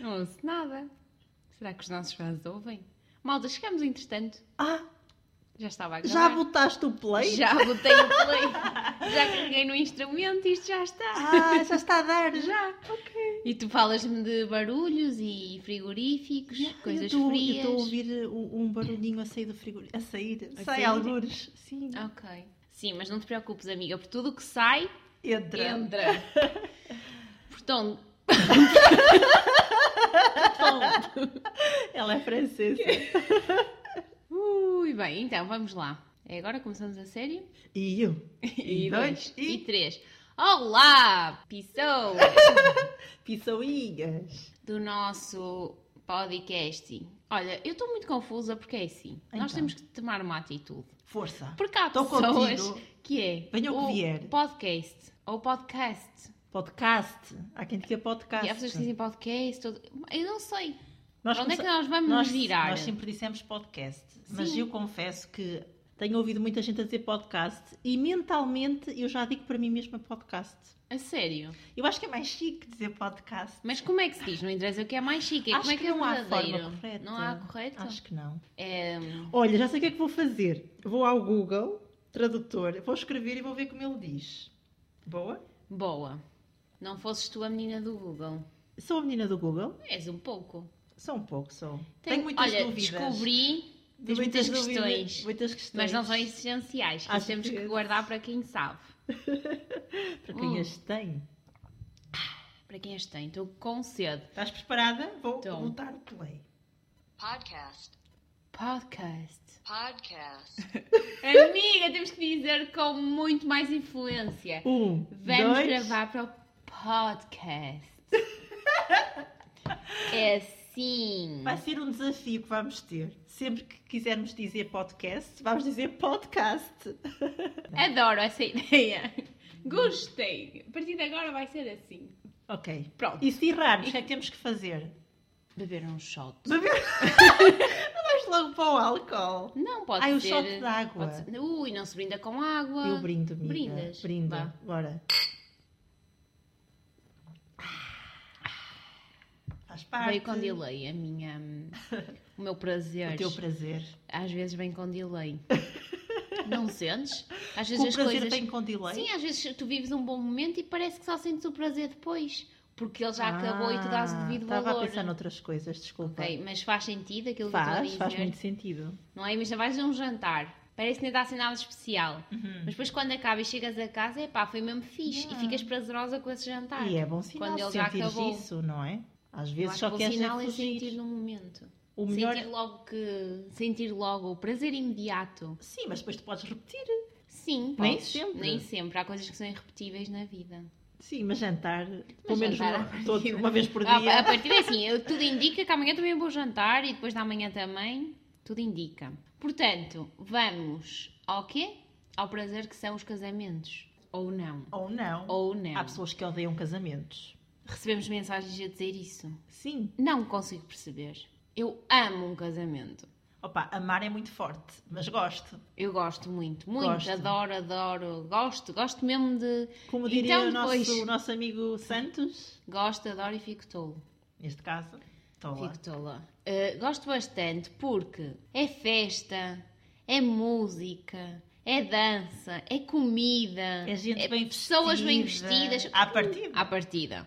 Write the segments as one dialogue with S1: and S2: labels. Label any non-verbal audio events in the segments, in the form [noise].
S1: Não ouço nada. Será que os nossos fãs ouvem? Malta, chegamos entretanto.
S2: Ah,
S1: Já estava a
S2: já
S1: gravar.
S2: botaste o play?
S1: é? Já botei o play. já carreguei no instrumento e isto já está.
S2: Ah, já está a dar.
S1: [laughs] Já.
S2: Ok.
S1: E tu falas-me de barulhos e frigoríficos, coisas
S2: eu tô- Eu
S1: frias.
S2: estou a ouvir uh, um, um barulhinho a sair do frigorífico. A sair.
S1: A
S2: sai
S1: sair? Ah,
S2: algures. Sim.
S1: Ok. Sim, mas não te preocupes, amiga, por tudo o que sai,
S2: Entra.
S1: entra. Portanto,
S2: [laughs] Ela é francesa.
S1: [laughs] ui, bem, então vamos lá. É agora que começamos a sério?
S2: E eu?
S1: E, dois,
S2: e,
S1: e três. Olá, pessoas
S2: Piçoinhas.
S1: do nosso podcast. Olha, eu estou muito confusa porque é assim. Nós
S2: Então.
S1: temos que tomar uma atitude.
S2: Força.
S1: Porque há
S2: Tô
S1: pessoas
S2: contigo.
S1: que é
S2: Venha o que
S1: o
S2: vier.
S1: podcast ou podcast.
S2: Podcast. Há quem diga podcast.
S1: E há pessoas que dizem podcast. ou- Eu não sei.
S2: Nós
S1: Onde é que
S2: começa-
S1: nós vamos
S2: nós,
S1: nos virar?
S2: nós sempre dissemos podcast. Mas
S1: Sim.
S2: eu confesso que tenho ouvido muita gente a dizer podcast. E mentalmente eu já digo para mim mesma podcast.
S1: A sério.
S2: Eu acho que é mais chique dizer podcast.
S1: Mas como é que se diz? Não interessa o que é mais chique. é
S2: Acho
S1: como é que,
S2: que
S1: é
S2: não há
S1: verdadeiro?
S2: forma correta.
S1: Não há correto?
S2: Acho que não.
S1: É,
S2: Olha, já sei o que é que vou fazer. Vou ao Google, tradutor, vou escrever e vou ver como ele diz. Boa?
S1: boa. Não fosses tu a menina do Google.
S2: Sou a menina do Google?
S1: És um pouco.
S2: Sou um pouco, sou.
S1: Tenho-
S2: Tenho muitas
S1: Olha,
S2: dúvidas.
S1: descobri
S2: Tenho
S1: muitas
S2: dúvidas,
S1: questões.
S2: Muitas questões.
S1: Mas não são essenciais, que
S2: Acho
S1: temos
S2: que-
S1: que guardar para quem sabe.
S2: Para quem
S1: Hum.
S2: as tem.
S1: Para quem as tem, estou com sede.
S2: Estás preparada? Vou
S1: Estou.
S2: botar o play.
S3: Podcast.
S1: Podcast.
S3: Podcast.
S1: [laughs] Amiga, temos que dizer com muito mais influência.
S2: Um,
S1: Vamos
S2: dois...
S1: gravar para o [laughs] podcast. É assim.
S2: Vai ser um desafio que vamos ter. Sempre que quisermos dizer podcast, vamos dizer podcast.
S1: Adoro essa ideia. Gostei. A partir de agora vai ser assim.
S2: Ok.
S1: Pronto.
S2: E se errarmos, o que é que temos que fazer?
S1: Beber um shot.
S2: Beber. Não vais logo para o álcool.
S1: Não, pode
S2: Ai, o
S1: ser.
S2: shot de água.
S1: pode ser- Ui, não se brinda com água.
S2: Eu brindo, amiga.
S1: Brindas.
S2: Brindo.
S1: Vá.
S2: Bora. Faz parte.
S1: Veio com delay, a minha. hum,
S2: [laughs]
S1: O meu prazer.
S2: O teu prazer.
S1: Às vezes vem com
S2: [laughs]
S1: delay. Não sentes? Às
S2: Que
S1: vezes
S2: o
S1: as
S2: prazer
S1: coisas.
S2: vem com delay.
S1: Sim, às vezes tu vives um bom momento e parece que só sentes o prazer depois. Porque ele já acabou e tu dás o devido
S2: Estava
S1: valor.
S2: Ah,
S1: é?
S2: a pensar noutras coisas, desculpa.
S1: Ok, mas faz sentido aquilo que eu
S2: Faz,
S1: estou a
S2: faz
S1: dizer.
S2: muito sentido.
S1: Não é? Imagina, vais a um jantar. Parece que nem está assim nada especial. Mas depois quando acaba e chegas a casa, é pá, foi mesmo fixe.
S2: Uhum. Yeah.
S1: E ficas prazerosa com esse jantar.
S2: E é bom sinal
S1: Quando ele já
S2: sentir
S1: acabou.
S2: isso, não é? Às
S1: Eu
S2: vezes
S1: acho
S2: só
S1: que o
S2: queres é
S1: sinal é
S2: fugir.
S1: sentir no momento.
S2: O melhor...
S1: Sentir logo que. Sentir logo o prazer imediato.
S2: Sim, mas depois tu podes repetir.
S1: Sim,
S2: Nem
S1: podes.
S2: sempre.
S1: Nem sempre. Há coisas que são irrepetíveis na vida.
S2: Sim, mas jantar, pelo menos
S1: jantar,
S2: uma-
S1: à partida.
S2: todo- uma vez por
S1: Ah, A,
S2: dia.
S1: partir assim, eu- tudo indica que amanhã também vou jantar e depois da manhã também. Tudo indica. Portanto, vamos ao quê? Ao prazer que são os casamentos. Ou não.
S2: Ou não.
S1: Ou não.
S2: Há pessoas que odeiam casamentos.
S1: Recebemos mensagens a dizer isso.
S2: Sim.
S1: Não consigo perceber. Eu amo um casamento.
S2: Opa, amar é muito forte, mas gosto.
S1: Eu gosto muito, muito.
S2: Gosto.
S1: Adoro, adoro. Gosto, gosto mesmo de.
S2: Como diria
S1: Então,
S2: o, nosso,
S1: depois-
S2: o nosso amigo Santos,
S1: Gosto, adoro e fico tolo.
S2: neste caso, Tola.
S1: Fico tola. Uh, gosto bastante porque é festa, é música, é dança, é comida,
S2: É gente bem
S1: pessoas bem
S2: vestida.
S1: vestidas.
S2: À partida.
S1: À partida.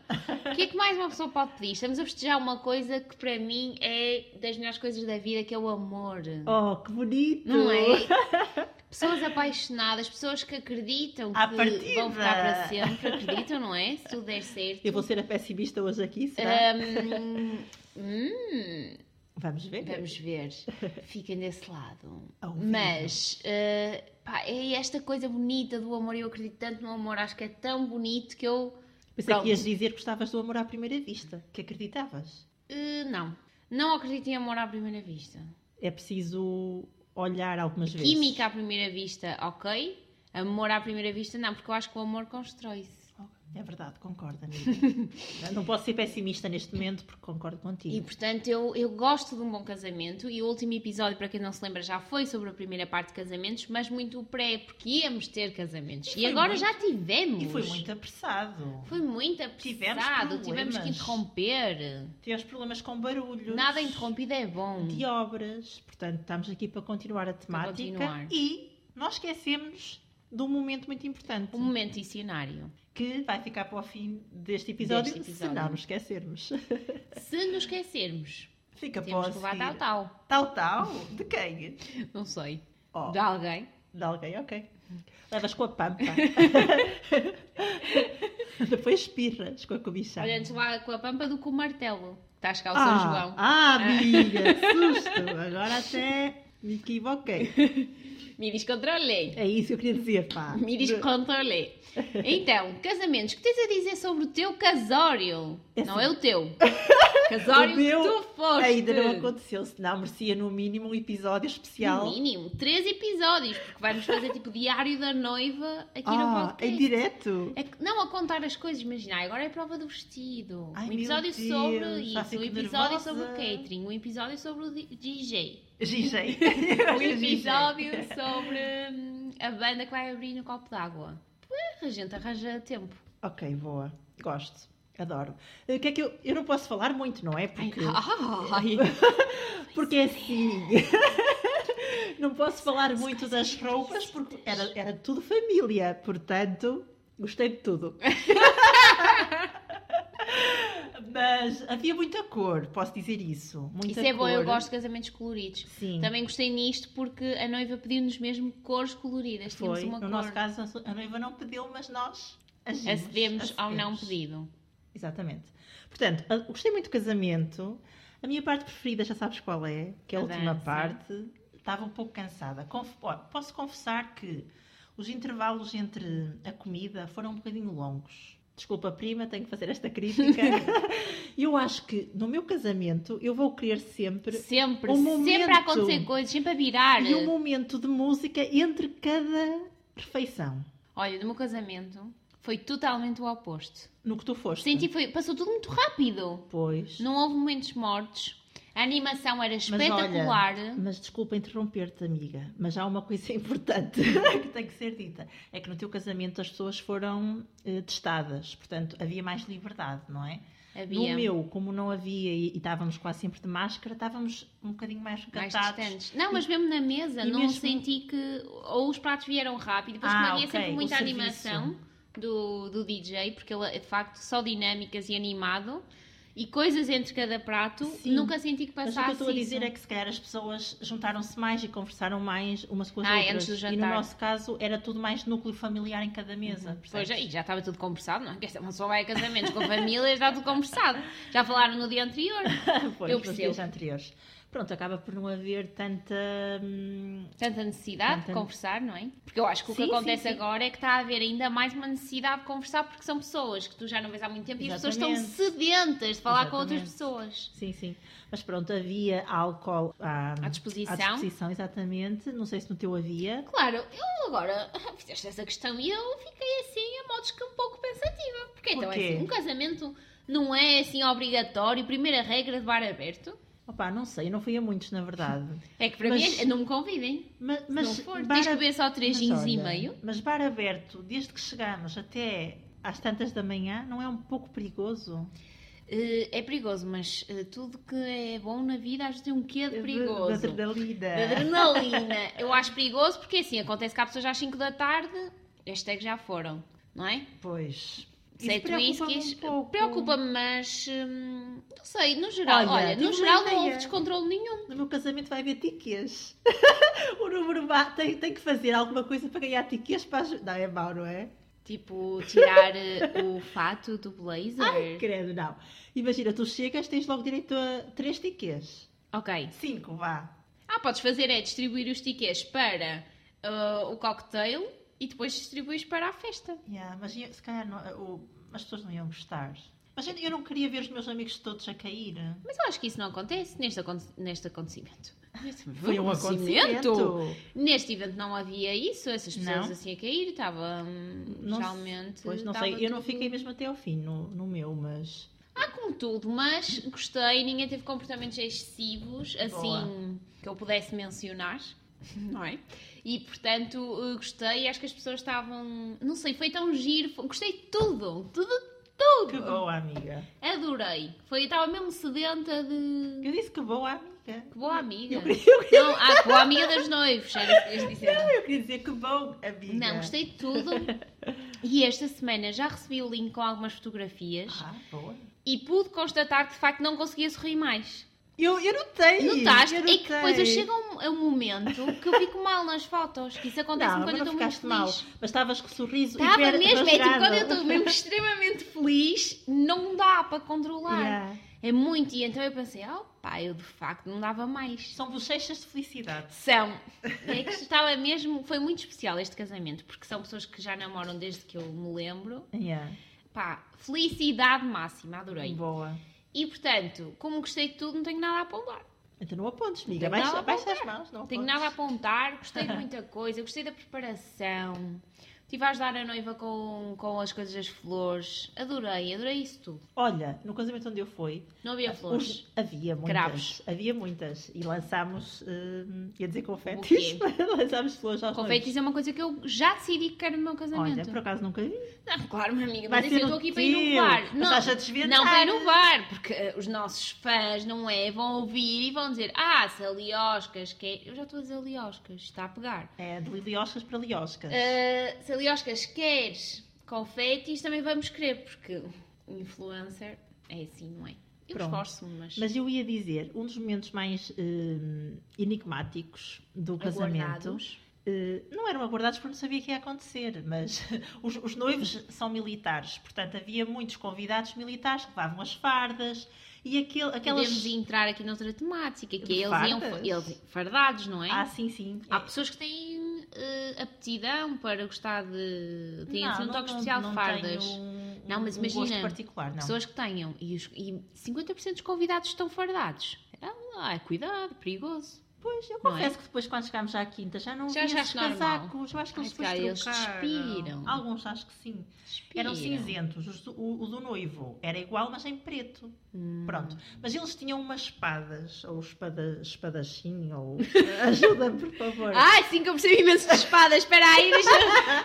S1: O que é que mais uma pessoa pode pedir? Estamos a festejar uma coisa que para mim é das melhores coisas da vida, que é o amor.
S2: Oh, que bonito!
S1: Não é? [laughs] Pessoas apaixonadas, pessoas que acreditam que
S2: À partida.
S1: vão ficar para sempre, acreditam, não é? Se tudo der certo.
S2: [laughs] Eu vou ser a pessimista hoje aqui, será?
S1: Ahm, hum,
S2: Vamos ver.
S1: Vamos ver.
S2: [laughs]
S1: Fiquem desse lado.
S2: A ouvir.
S1: Mas eh, pá, é esta coisa bonita do amor. Eu acredito tanto no amor. Acho que é tão bonito que eu.
S2: Pensei
S1: Pronto.
S2: que ias dizer que gostavas do amor à primeira vista, que acreditavas.
S1: eh, não. Não acredito em amor à primeira vista.
S2: É preciso olhar algumas vezes.
S1: Química à primeira vista, ok. Amor à primeira vista, não, porque eu acho que o amor constrói-se.
S2: Ok. É verdade, concordo,
S1: [laughs]
S2: amiga. Não posso ser pessimista neste momento porque concordo
S1: E
S2: contigo.
S1: portanto, eu, eu gosto de um bom casamento. E o último episódio, para quem não se lembra, já foi sobre a primeira parte de casamentos, mas muito o pré, porque íamos ter casamentos.
S2: E
S1: E,
S2: foi
S1: agora
S2: muito-
S1: já tivemos.
S2: E foi muito apressado.
S1: Foi muito
S2: Tivemos
S1: apressado. Tivemos que
S2: problemas.
S1: interromper.
S2: Tivemos problemas com barulhos.
S1: Nada interrompido é bom.
S2: De obras. Portanto, estamos aqui para continuar a temática.
S1: continuar.
S2: E nós esquecemos de um momento muito importante.
S1: Um momento dicionário.
S2: Que vai ficar para o fim deste episódio,
S1: Deste
S2: se
S1: episódio.
S2: não
S1: [laughs]
S2: nos esquecermos.
S1: Se nos esquecermos,
S2: Fica
S1: temos
S2: para o
S1: que levar tal,
S2: seguir.
S1: tal.
S2: Tal, tal?
S1: [laughs]
S2: De quem?
S1: Não sei.
S2: Oh,
S1: De alguém.
S2: De alguém,
S1: [laughs]
S2: ok. Levas com a pampa. Depois espirras com a cobiça.
S1: Olha, antes lá com a pampa do que o martelo. Estás cá o
S2: Tá. ah,
S1: São João. [laughs]
S2: Ah, amiga, que susto! Agora até me equivoquei.
S1: Me descontrolei.
S2: É isso que eu queria dizer,
S1: [laughs]
S2: pá.
S1: Me
S2: [laughs]
S1: descontrolei. Então, casamentos, o que tens a dizer sobre o teu casório? Não é o teu.
S2: [laughs]
S1: Casório
S2: assim. O meu é
S1: que tu foste.
S2: Ainda não aconteceu, senão merecia no mínimo um episódio especial.
S1: No mínimo, três episódios, porque vamos fazer tipo diário da noiva aqui no
S2: ah,
S1: podcast.
S2: em direto.
S1: É que- não a contar as coisas, imagina, agora é prova do vestido.
S2: Ai,
S1: um
S2: meu
S1: episódio
S2: Deus,
S1: sobre
S2: já
S1: isso, um
S2: fico
S1: episódio
S2: nervosa.
S1: sobre o catering, um episódio sobre o di- DJ,
S2: [laughs] Gigei.
S1: [laughs]
S2: [laughs]
S1: um episódio sobre hum, a banda que vai abrir no copo d'água. Ué, A gente arranja tempo.
S2: Ok, boa. Gosto. Adoro. Eh, O que é que eu. Eu não posso falar muito, não é?
S1: Ai, ah,
S2: Porque.
S1: [laughs] ai,
S2: [laughs] Porque é assim. [laughs] Não posso falar muito das roupas porque era, era tudo família, portanto, gostei de
S1: [laughs]
S2: tudo. Mas havia muita cor, posso dizer
S1: isso
S2: isso. Muita
S1: é bom, eu
S2: cor.
S1: gosto de casamentos coloridos.
S2: Sim,
S1: Também gostei nisto porque a noiva pediu-nos mesmo cores coloridas. Tínhamos
S2: foi.
S1: uma cor.
S2: No nosso caso, a so- a noiva não pediu, mas nós agimos.
S1: Acedemos ao não
S2: acedemos.
S1: pedido.
S2: Exatamente. Portanto, a- gostei muito do casamento. A minha parte preferida, já sabes qual é, que é a,
S1: A
S2: última
S1: dança.
S2: parte. Estava um pouco cansada. Conf- ó, posso confessar que os intervalos entre a comida foram um bocadinho longos. Desculpa, prima, tenho que fazer esta
S1: [laughs]
S2: crítica. eu acho que no meu casamento eu vou querer sempre
S1: Sempre,
S2: O
S1: sempre
S2: momento.
S1: a acontecer coisas, sempre a virar.
S2: e um momento de música entre cada refeição.
S1: Olha, no meu casamento foi totalmente o oposto.
S2: No que tu foste.
S1: Senti, foi, passou tudo muito rápido.
S2: Pois.
S1: Não houve momentos mortos. A animação era
S2: olha,
S1: espetacular.
S2: Mas desculpa interromper-te, amiga, mas há uma coisa [laughs] importante que tem que ser dita. É que no teu casamento as pessoas foram eh, testadas, portanto havia mais liberdade, não é?
S1: Havia
S2: No meu, como não havia e, e estávamos quase sempre de máscara, estávamos um bocadinho mais
S1: mais
S2: recatados.
S1: distantes. Não, mas mesmo na mesa,
S2: e
S1: não
S2: mesmo-
S1: senti que. Ou os pratos vieram rápido. Depois,
S2: Ah,
S1: como havia
S2: ok,
S1: sempre
S2: o
S1: muita
S2: serviço.
S1: animação do, do DJ, porque ele é de facto só dinâmicas e animado. E coisas entre cada prato,
S2: Sim.
S1: nunca senti que
S2: Mas
S1: passasse
S2: o que eu estou a
S1: isso.
S2: dizer é que se calhar as pessoas juntaram-se mais e conversaram mais umas com as
S1: Ah,
S2: outras.
S1: antes do
S2: e no
S1: jantar. Uhum.
S2: nosso caso era tudo mais núcleo familiar em cada mesa.
S1: Pois
S2: percebes?
S1: aí, já estava tudo conversado, não é? Que esta pessoa vai a casamentos com a família, está tudo conversado. Já falaram no dia anterior.
S2: [laughs] Pois,
S1: Eu
S2: nos
S1: percebo.
S2: dias anteriores. Pronto, acaba por não haver tanta. hum,
S1: Tanta necessidade de
S2: Tanta-
S1: conversar, não é? Porque eu acho que o que
S2: Sim,
S1: acontece
S2: sim, sim.
S1: agora é que está a haver ainda mais uma necessidade de conversar porque são pessoas que tu já não vês há muito tempo e as pessoas
S2: Exatamente.
S1: estão sedentas de falar com outras
S2: Exatamente.
S1: pessoas.
S2: Sim, sim. Mas pronto, havia álcool à,
S1: À disposição.
S2: à disposição, exatamente. Não sei se no teu havia.
S1: Claro, eu agora [laughs] fizeste essa questão e eu fiquei assim, a modos que um pouco pensativa. Porque então
S2: Porquê?
S1: é assim, um casamento não é assim obrigatório, primeira regra de bar aberto.
S2: Opa, não sei, eu não fui a muitos, na
S1: [laughs]
S2: verdade.
S1: É que para
S2: Mas-
S1: mim, é- não me convidem.
S2: Mas,
S1: Se
S2: mas
S1: não for,
S2: bar
S1: tens que
S2: ab-
S1: beber só três gins
S2: mas
S1: e
S2: olha,
S1: meio.
S2: Mas bar aberto, desde que chegamos até às tantas da manhã, não é um pouco perigoso?
S1: Eh, é perigoso, mas eh, tudo que é bom na vida acho que tem um quê de
S2: Da
S1: perigoso.
S2: É adrenalina.
S1: De adrenalina. Eu acho perigoso porque assim, acontece que há pessoas às 5 da tarde, hashtag já foram, não é?
S2: Pois. Isso
S1: Sete
S2: preocupa-me
S1: whiskies.
S2: um pouco.
S1: Preocupa-me, mas hum, não sei, no geral,
S2: Olha,
S1: olha,
S2: tive
S1: no
S2: uma
S1: geral
S2: ideia.
S1: não houve descontrole nenhum.
S2: No meu casamento vai haver tiques. [laughs] o número ba- tem, tem que fazer alguma coisa para ganhar tiques para ajudar. Não, é mau, não é?
S1: Tipo, tirar eh, o fato do blazer.
S2: Credo, não. Imagina, tu chegas, tens logo direito a três tiques.
S1: Ok.
S2: Cinco, vá.
S1: Ah, podes fazer é distribuir os tickets para ah, o cocktail e depois distribuis para a festa.
S2: Yeah, mas eu- se calhar não- o- as pessoas não iam gostar. Mas eu, eu não queria ver os meus amigos todos a cair.
S1: Mas eu acho que isso não acontece neste, acon- neste acontecimento.
S2: Foi um acontecimento.
S1: Neste evento não havia isso, essas pessoas
S2: Não.
S1: assim a cair, estava hum,
S2: Não se-
S1: realmente.
S2: Pois não
S1: estava
S2: sei, eu não
S1: tudo-
S2: fiquei mesmo até ao fim no, no meu, mas
S1: Há com tudo, mas gostei, ninguém teve comportamentos excessivos, assim
S2: Boa.
S1: que eu pudesse
S2: [laughs]
S1: mencionar, não é? E portanto eh, gostei, acho que as pessoas estavam. Não sei, foi tão giro, foi- gostei de tudo, tudo, tudo!
S2: que boa amiga.
S1: Adorei. Foi, estava mesmo sedenta de.
S2: Eu disse que boa amiga.
S1: Que boa amiga.
S2: Eu queria, eu queria-
S1: Não, ah, que boa amiga das noivos, era isso que ias dizer.
S2: eu queria dizer que boa amiga.
S1: Não, gostei de tudo. E esta semana já recebi o link com algumas fotografias
S2: Ah, boa.
S1: e pude constatar que de facto não conseguia sorrir mais.
S2: Eu, eu não tenho.
S1: Notaste?
S2: eu
S1: É que depois eu
S2: notei.
S1: chego a um, a um momento que eu fico mal nas fotos. que Isso acontece
S2: Não,
S1: quando eu
S2: agora
S1: estou muito
S2: ficaste
S1: feliz.
S2: mal. Mas estavas com sorriso
S1: Estava
S2: hiper
S1: mesmo, é tipo
S2: rasgado.
S1: quando eu estou mesmo extremamente feliz, não dá para controlar.
S2: Yeah.
S1: É muito. E então eu pensei, oh pá, eu de facto não dava mais.
S2: São bochechas de felicidade.
S1: São. [laughs] É que estava mesmo. Foi muito especial este casamento, porque são pessoas que já namoram desde que eu me lembro.
S2: Yeah.
S1: Pá, felicidade máxima, adorei.
S2: Boa.
S1: E portanto, como gostei de tudo, não tenho nada a apontar.
S2: Então não apontes, amiga.
S1: Tenho nada
S2: Baixa,
S1: a
S2: baixa as mãos. Não
S1: Não tenho
S2: apontes.
S1: nada a apontar, gostei de muita coisa, gostei da preparação. Estive a ajudar a noiva com, com as coisas das flores. Adorei, adorei isso tudo.
S2: Olha, no casamento onde eu fui,
S1: Não havia flores.
S2: os- havia muitas.
S1: Cravos.
S2: Havia muitas. E lançámos, hum, ia dizer confetes,
S1: Buquê.
S2: [laughs] lançámos flores aos noivos.
S1: Confeites é uma coisa que eu já decidi que quero no meu casamento.
S2: Olha, por acaso nunca vi.
S1: Não, claro, minha amiga,
S2: Vai
S1: mas isso eu
S2: ser
S1: estou
S2: o
S1: aqui para
S2: teu.
S1: inovar.
S2: Mas estás a desventar.
S1: não para inovar, porque eh, os nossos fãs, não é? Vão ouvir e vão dizer: Ah, se a Lioscas quer. Eu já estou a dizer Lioscas, está a pegar.
S2: É, de lioscas para lioscas.
S1: Eh, se a Lioscas queres confetes, também vamos querer, porque influencer é assim, não é? Eu
S2: Pronto.
S1: esforço-me, mas.
S2: Mas eu ia dizer, um dos momentos mais hum, enigmáticos do casamento.
S1: aguardados.
S2: Eh, não eram abordados porque não sabia o que ia acontecer, mas [laughs] os, os noivos são militares, portanto havia muitos convidados militares que levavam as fardas e aquele, aquelas.
S1: Podemos entrar aqui noutra temática, que é eles iam
S2: Fardas?
S1: eles, fardados, não é?
S2: Ah, sim, sim.
S1: Há pessoas que têm eh, aptidão para gostar de. têm assim, um toque
S2: não-
S1: especial
S2: não
S1: de fardas.
S2: tenho um,
S1: Não, mas
S2: um gosto
S1: imagina,
S2: particular, não.
S1: Pessoas que tenham. E, os, e 50% dos convidados estão fardados. Ah, é cuidado, perigoso.
S2: Pois, eu
S1: não é?
S2: confesso que depois, quando chegámos à quinta, já não
S1: Já
S2: vi esses
S1: achaste normal?
S2: casacos. Eu acho que
S1: Ai,
S2: eles
S1: se calhar
S2: depois
S1: eles despiram.
S2: trocaram. Alguns acho que sim. Eram
S1: Respira.
S2: cinzentos. Os do- O, o do noivo era igual, mas em preto.
S1: Hum.
S2: Pronto. Mas eles tinham umas espadas, ou espada, espadachim, [laughs] ou. Ajuda-me, por favor.
S1: Ai, sim que eu percebi imenso de espadas. Espera aí, deixa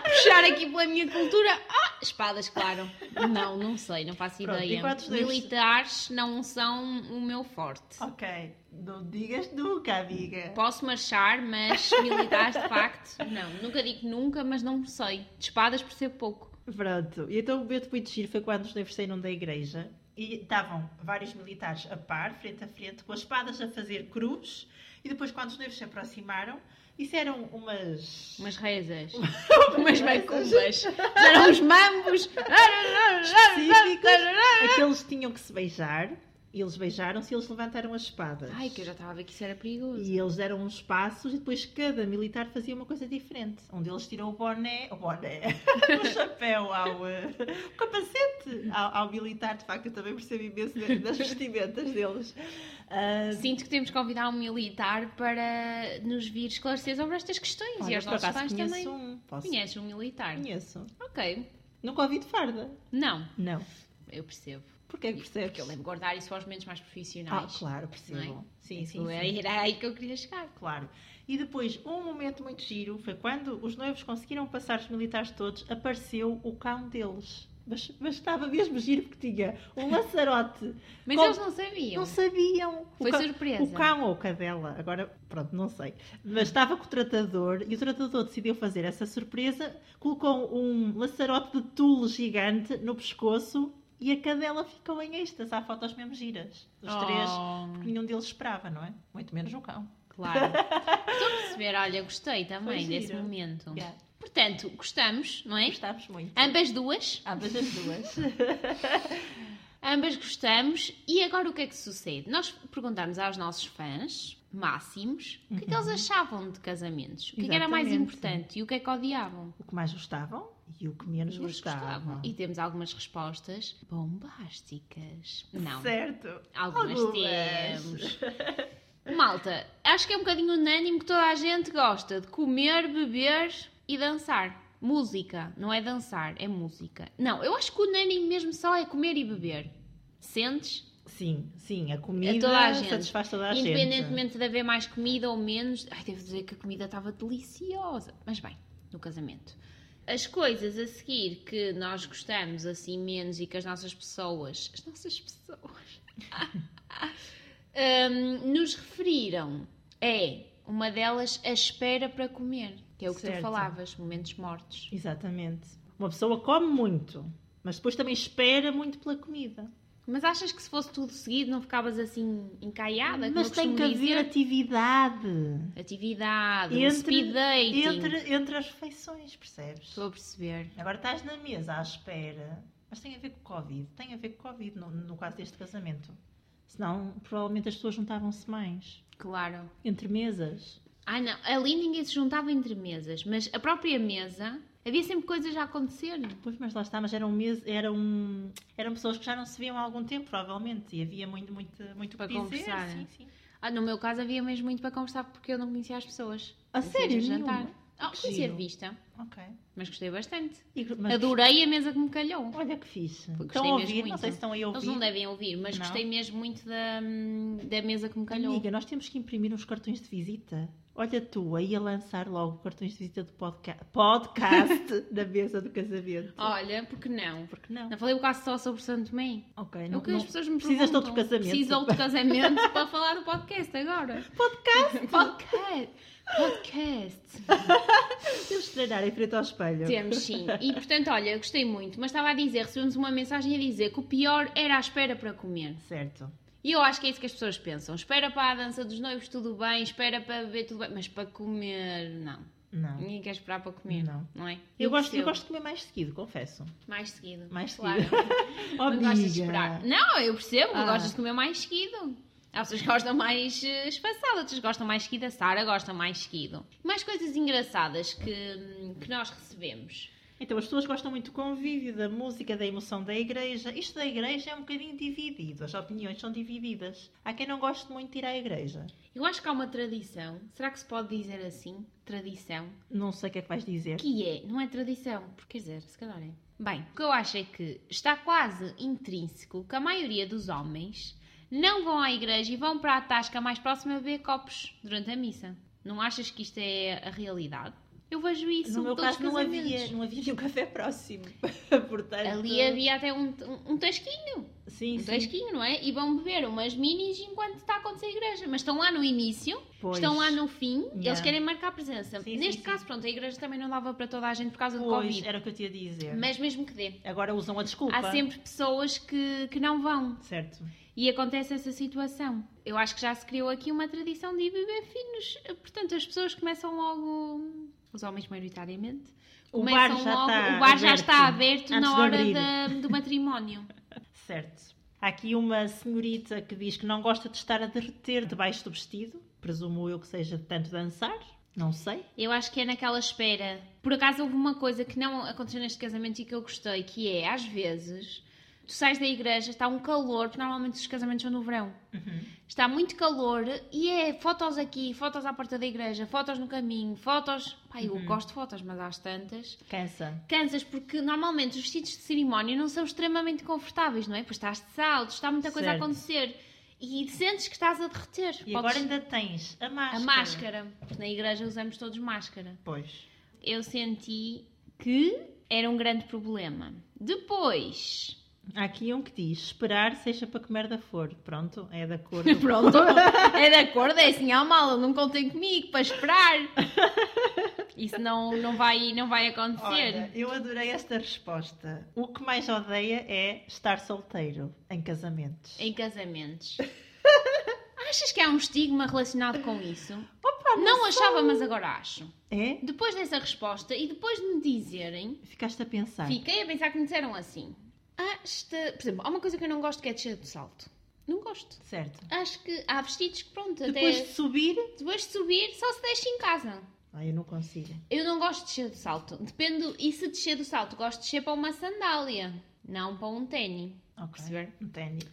S1: puxar aqui pela minha cultura. Ah, espadas, claro. Não, não sei, não faço
S2: Pronto,
S1: ideia.
S2: enquanto os dois-
S1: Militares não são o meu forte.
S2: Ok, não digas nunca, amiga.
S1: Posso marchar, mas militares de facto, não. Nunca digo nunca, mas não sei. De espadas por ser pouco.
S2: Pronto, e então o momento muito giro foi quando os noivos saíram da igreja e estavam vários militares a par, frente a frente, com as espadas a fazer cruz e depois quando os noivos se aproximaram, disseram umas...
S1: Umas
S2: [laughs]
S1: rezas.
S2: umas
S1: Umas
S2: coisas
S1: macumbas. Eram uns mambos.
S2: [laughs] específicas, aqueles tinham É que se beijar, e eles beijaram-se e eles levantaram as espadas.
S1: Ai, que eu já estava a ver que isso era perigoso.
S2: E eles deram uns passos e depois cada militar fazia uma coisa diferente. Um deles tirou o boné, o boné, [laughs] o chapéu ao eh, o capacete ao, ao militar, de facto, eu também percebi imenso da- das vestimentas deles. Ah,
S1: Sinto que temos que convidar um militar para nos vir esclarecer sobre estas questões e
S2: olha,
S1: aos
S2: por
S1: nossos
S2: acaso
S1: pais
S2: conheço
S1: também.
S2: um. Posso?
S1: Conheces um militar?
S2: Conheço.
S1: Ok.
S2: Nunca ouvi de farda.
S1: Não,
S2: Não.
S1: eu percebo.
S2: Porquê é que percebes?
S1: Porque eu lembro de guardar isso aos momentos mais
S2: Ah,
S1: profissionais.
S2: claro, percebo.
S1: Não
S2: Sim, sim,
S1: Isso
S2: sim.
S1: é- Era aí que eu queria chegar.
S2: Claro. E depois, um momento muito giro foi quando os noivos conseguiram passar os militares todos, apareceu o cão deles. Mas, mas estava mesmo giro porque tinha um laçarote.
S1: Mas
S2: Com-
S1: eles não sabiam.
S2: Não sabiam. O
S1: Foi
S2: cão-
S1: surpresa.
S2: O cão ou cadela, agora pronto, não sei. Mas estava com o tratador e o tratador decidiu fazer essa surpresa, colocou um laçarote de tule gigante no pescoço e a cadela ficou em êxtase. Há fotos mesmo giras. Os três,
S1: Oh,
S2: porque nenhum deles esperava, não é? Muito menos o cão.
S1: Claro.
S2: [laughs]
S1: Estou a perceber, olha, gostei também
S2: Foi
S1: desse
S2: giro.
S1: momento.
S2: Yeah.
S1: Portanto, gostamos, não é?
S2: Gostávamos muito.
S1: Ambas duas.
S2: Ambas as duas.
S1: Ambas gostamos. E agora o que é que sucede? Nós perguntámos aos nossos fãs máximos o que é que eles achavam de casamentos, o que, é que era mais
S2: Uhum. Exatamente.
S1: importante e o que é que odiavam.
S2: o que mais gostavam e o que menos
S1: E eles
S2: gostavam.
S1: E temos algumas respostas bombásticas. Não,
S2: Certo.
S1: algumas
S2: algumas.
S1: temos. Malta, acho que é um bocadinho unânime que toda a gente gosta de comer, beber e dançar. Música, não é dançar, é música. Não, eu acho que unânime mesmo só é comer e beber. Sentes?
S2: Sim, sim, a comida
S1: toda a gente.
S2: satisfaz toda a gente.
S1: Independentemente de haver mais comida ou menos, ai, devo dizer que a comida estava deliciosa. Mas bem, no casamento. As coisas a seguir que nós gostamos assim menos e que as nossas pessoas, as nossas pessoas, [laughs] hum, nos referiram é uma delas a espera para comer, que é o que tu
S2: Certo.
S1: falavas, momentos mortos.
S2: Exatamente. Uma pessoa come muito, mas depois também espera muito pela comida.
S1: Mas achas que se fosse tudo seguido não ficavas assim encaiada? como
S2: mas
S1: eu
S2: tem que
S1: costumo
S2: haver
S1: dizer?
S2: atividade.
S1: atividade, um speed dating.
S2: entre, entre as refeições, percebes?
S1: Estou a perceber.
S2: Agora estás na mesa à espera, mas tem a ver com Covid, tem a ver com Covid no, no caso deste casamento. Senão, provavelmente as pessoas juntavam-se mais
S1: Claro.
S2: entre mesas.
S1: Ah, não. Ali ninguém se juntava entre mesas, mas a própria mesa havia sempre coisas a acontecer.
S2: Pois, mas lá está, mas eram, mes eram, eram pessoas que já não se viam há algum tempo, provavelmente, e havia muito, muito, muito o
S1: Para
S2: que dizer.
S1: conversar.
S2: Sim, sim.
S1: Ah, no meu caso havia mesmo muito para conversar porque eu não conhecia as pessoas.
S2: A
S1: Conhecia
S2: sério,
S1: de jantar.
S2: nenhuma?
S1: Ah,
S2: Que
S1: conhecia de
S2: giro.
S1: vista,
S2: Ok.
S1: mas gostei bastante.
S2: E- mas-
S1: Adorei a mesa que me calhou.
S2: Olha que fixe.
S1: Porque
S2: Estão a
S1: gostei mesmo
S2: ouvir, não
S1: muito.
S2: sei se estão aí a
S1: Eles
S2: ouvir.
S1: não devem ouvir, mas
S2: Não.
S1: gostei mesmo muito da, da mesa que me calhou.
S2: Amiga, nós temos que imprimir uns cartões de visita. Olha tu, aí a lançar logo cartões de visita do podca podcast
S1: [laughs]
S2: na mesa do casamento.
S1: Olha, porque não?
S2: Porque não?
S1: Não falei um bocado só sobre Santo Mãe.
S2: Ok,
S1: É
S2: não,
S1: o que as
S2: não-
S1: pessoas me
S2: precisas de outro
S1: perguntam.
S2: casamento.
S1: Preciso de outro casamento [laughs] para falar do podcast agora. Podcast? podcast. Podcast.
S2: temos de treinar em frente ao espelho.
S1: Temos sim. E portanto, olha, gostei muito, mas estava a dizer, recebemos uma mensagem a dizer que o pior era a espera para comer.
S2: Certo.
S1: E eu acho que é isso que as pessoas pensam. Espera para a dança dos noivos, tudo bem, espera para beber, tudo bem, mas para comer, não.
S2: Não.
S1: Ninguém quer esperar para comer,
S2: Não.
S1: é?
S2: Eu, gosto, eu
S1: percebo.
S2: gosto de comer mais seguido, confesso.
S1: Mais seguido.
S2: Mais
S1: claro.
S2: [laughs] seguido.
S1: Não gostas de esperar. Não, eu percebo,
S2: Ah.
S1: gostas de comer mais seguido. Há pessoas que gostam mais eh, espaçado, outras gostam mais seguido. A Sara gosta mais seguido. Mais coisas engraçadas que, que nós recebemos.
S2: Então, as pessoas gostam muito do convívio, da música, da emoção da igreja. Isto da igreja é um bocadinho dividido, as opiniões são divididas. Há quem não goste muito de ir à igreja.
S1: Eu acho que há uma tradição, será que se pode dizer assim? Tradição?
S2: Não sei o que é que vais dizer.
S1: Que é, não é tradição, porque quer dizer, se calhar é. Bem, o que eu acho é que está quase intrínseco que a maioria dos homens não vão à igreja e vão para a tasca mais próxima a beber copos durante a missa. Não achas que isto é a realidade? Eu vejo isso
S2: No
S1: em
S2: meu
S1: todos
S2: caso
S1: os
S2: não havia, né?
S1: casamentos.
S2: não havia [laughs] nenhum café próximo. Portanto,
S1: Ali havia até um, um, um tasquinho,
S2: Sim,
S1: um
S2: sim.
S1: tasquinho, não é? E vão beber umas minis enquanto está a acontecer a igreja. Mas estão lá no início
S2: Pois.
S1: Estão lá no fim,
S2: Yeah.
S1: eles querem marcar a presença.
S2: Sim,
S1: Neste
S2: sim,
S1: caso, pronto, a igreja também não dava para toda a gente por causa do
S2: Pois,
S1: Covid.
S2: era o que eu te ia dizer.
S1: Mas mesmo que dê.
S2: Agora usam a desculpa.
S1: Há sempre pessoas que, que não vão
S2: Certo.
S1: e acontece essa situação. Eu acho que já se criou aqui uma tradição de ir beber finos. Portanto, as pessoas começam logo, os homens maioritariamente,
S2: O
S1: começam
S2: bar já
S1: logo,
S2: está
S1: o bar já
S2: aberto
S1: está aberto
S2: antes
S1: na
S2: de
S1: hora
S2: abrir.
S1: da- do matrimónio.
S2: Certo. Há aqui uma senhorita que diz que não gosta de estar a derreter debaixo do vestido. Presumo eu que seja de tanto dançar. Não sei.
S1: Eu acho que é naquela espera. Por acaso houve uma coisa que não aconteceu neste casamento e que eu gostei, que é, às vezes, tu sais da igreja, está um calor, porque normalmente os casamentos são no verão. Está muito calor e é fotos aqui, fotos à porta da igreja, fotos no caminho, fotos. Pá,
S2: Uhum.
S1: eu gosto de fotos, mas às tantas.
S2: Cansa.
S1: Cansas porque normalmente os vestidos de cerimónia não são extremamente confortáveis, não é? Pois estás de salto, está muita coisa
S2: Certo.
S1: a acontecer e sentes que estás a derreter.
S2: E
S1: Podes-
S2: agora ainda tens a máscara.
S1: A máscara. porque Na igreja usamos todos máscara
S2: Pois.
S1: eu senti que era um grande problema. Depois.
S2: Há aqui um que diz, esperar seja para que merda for. Pronto, é da cor. do-
S1: [laughs] [laughs] Pronto, é de acordo, é assim, ah, mala, não contem comigo para esperar. Isso não, não, vai, não vai acontecer.
S2: Olha, eu adorei esta resposta. O que mais odeia é estar solteiro em casamentos.
S1: Em [laughs] casamentos. Achas que há um estigma relacionado com isso?
S2: Opa,
S1: Ah, não achava, mas agora acho.
S2: É?
S1: Depois dessa resposta e depois de me dizerem,
S2: Ficaste a pensar.
S1: Fiquei a pensar que me disseram assim. Ah, esta... Por exemplo, há uma coisa que eu não gosto que é descer do salto. Não gosto.
S2: Certo.
S1: Acho que há vestidos que, pronto,
S2: Depois
S1: até
S2: de subir.
S1: depois de subir, só se deixa em casa.
S2: Ai, eu não consigo.
S1: Eu não gosto de descer do salto. Depende, e se descer do salto, gosto de descer para uma sandália, não para um ténis.
S2: Ok.
S1: Perceber?
S2: Um ténis.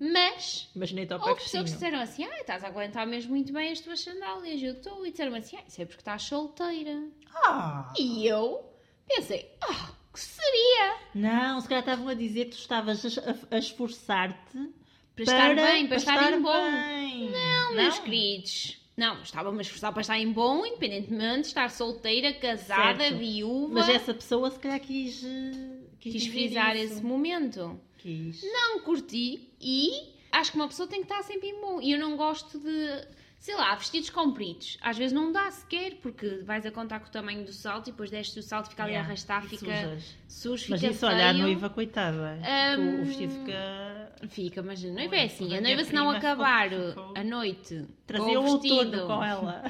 S1: Mas
S2: Mas nem topa
S1: houve pessoas que
S2: coxinho.
S1: disseram assim: ah, estás a aguentar mesmo muito bem as tuas sandálias. Eu estou. E disseram assim: ah, isso é porque estás solteira.
S2: Ah!
S1: E eu pensei: ah, que seria?
S2: Não, se calhar estavam a dizer que tu estavas a, a- a esforçar-te
S1: Para estar bem, para estar em bom.
S2: bem. Não,
S1: Meus queridos. Não, estava-me a esforçar para estar em bom, independentemente de estar solteira, casada,
S2: Certo.
S1: viúva.
S2: Mas é essa pessoa se calhar quis. eh, Quis,
S1: Quis
S2: dizer
S1: frisar
S2: isso.
S1: esse momento.
S2: Quis.
S1: Não curti e acho que uma pessoa tem que estar sempre em bom. E eu não gosto de, sei lá, vestidos compridos. Às vezes não dá sequer, porque vais a contar com o tamanho do salto e depois deste o salto, fica ali a
S2: Yeah,
S1: arrastar,
S2: e
S1: fica
S2: sujas.
S1: sujo,
S2: Mas
S1: fica
S2: isso, olha, a
S1: feio. Um,
S2: noiva, coitada. que o- O vestido fica.
S1: Fica, mas a noiva
S2: Olha,
S1: é assim.
S2: a
S1: A
S2: minha
S1: noiva, se não
S2: prima
S1: acabar
S2: ficou- ficou-
S1: a noite
S2: Trazia o
S1: com o vestido
S2: outono com ela.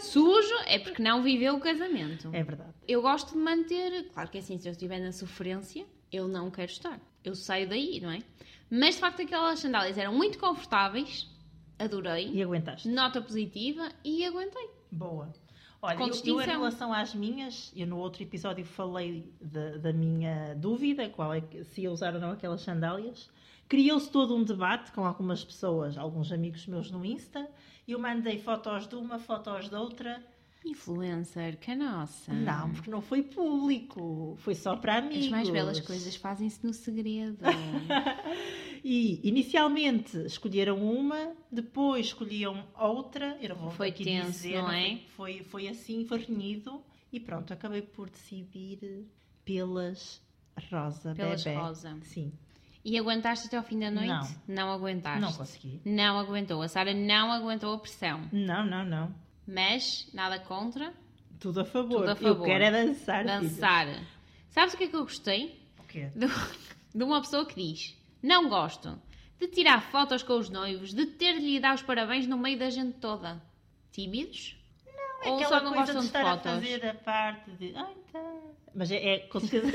S1: sujo, é porque não viveu o casamento.
S2: É verdade.
S1: Eu gosto de manter, claro que é assim, se eu estiver na sofrência, eu não quero estar. Eu saio daí, não é? Mas de facto aquelas sandálias eram muito confortáveis, adorei,
S2: E aguentaste.
S1: nota positiva e aguentei.
S2: Boa. Olha,
S1: Com
S2: eu, eu
S1: distinção.
S2: em relação às minhas, eu no outro episódio falei da, da minha dúvida, qual é que- se ia usar ou não aquelas sandálias. Criou-se todo um debate com algumas pessoas, alguns amigos meus no Insta. Eu mandei fotos de uma, fotos da outra.
S1: Influencer, que nossa.
S2: Não, porque não foi público, foi só para amigos.
S1: Hum. As mais belas coisas fazem-se no
S2: [laughs]
S1: segredo.
S2: E inicialmente escolheram uma, depois escolhiam outra. Eu não vou
S1: Foi
S2: aqui
S1: tenso,
S2: dizer,
S1: não é?
S2: Foi, foi assim, foi renhido. E pronto, acabei por decidir pelas rosa
S1: Pelas
S2: bebé.
S1: rosa.
S2: Sim,
S1: E aguentaste até ao fim da noite?
S2: Não.
S1: Não aguentaste.
S2: não consegui.
S1: Não aguentou. A Sara não aguentou a pressão.
S2: Não, não, não.
S1: Mas, nada contra,
S2: Tudo a favor.
S1: Tudo a
S2: Eu
S1: favor.
S2: quero é dançar. filhas.
S1: dançar. Sabes o que é que eu gostei?
S2: O quê?
S1: de, de uma pessoa que diz: Não gosto de tirar fotos com os noivos, de ter de lhe dar os parabéns no meio da gente toda. Tímidos?
S2: É
S1: Ou
S2: aquela
S1: só não
S2: coisa
S1: gostam
S2: de
S1: de,
S2: estar a
S1: fotos?
S2: fazer a parte de. Ah, então. Mas é, é [laughs] com certeza.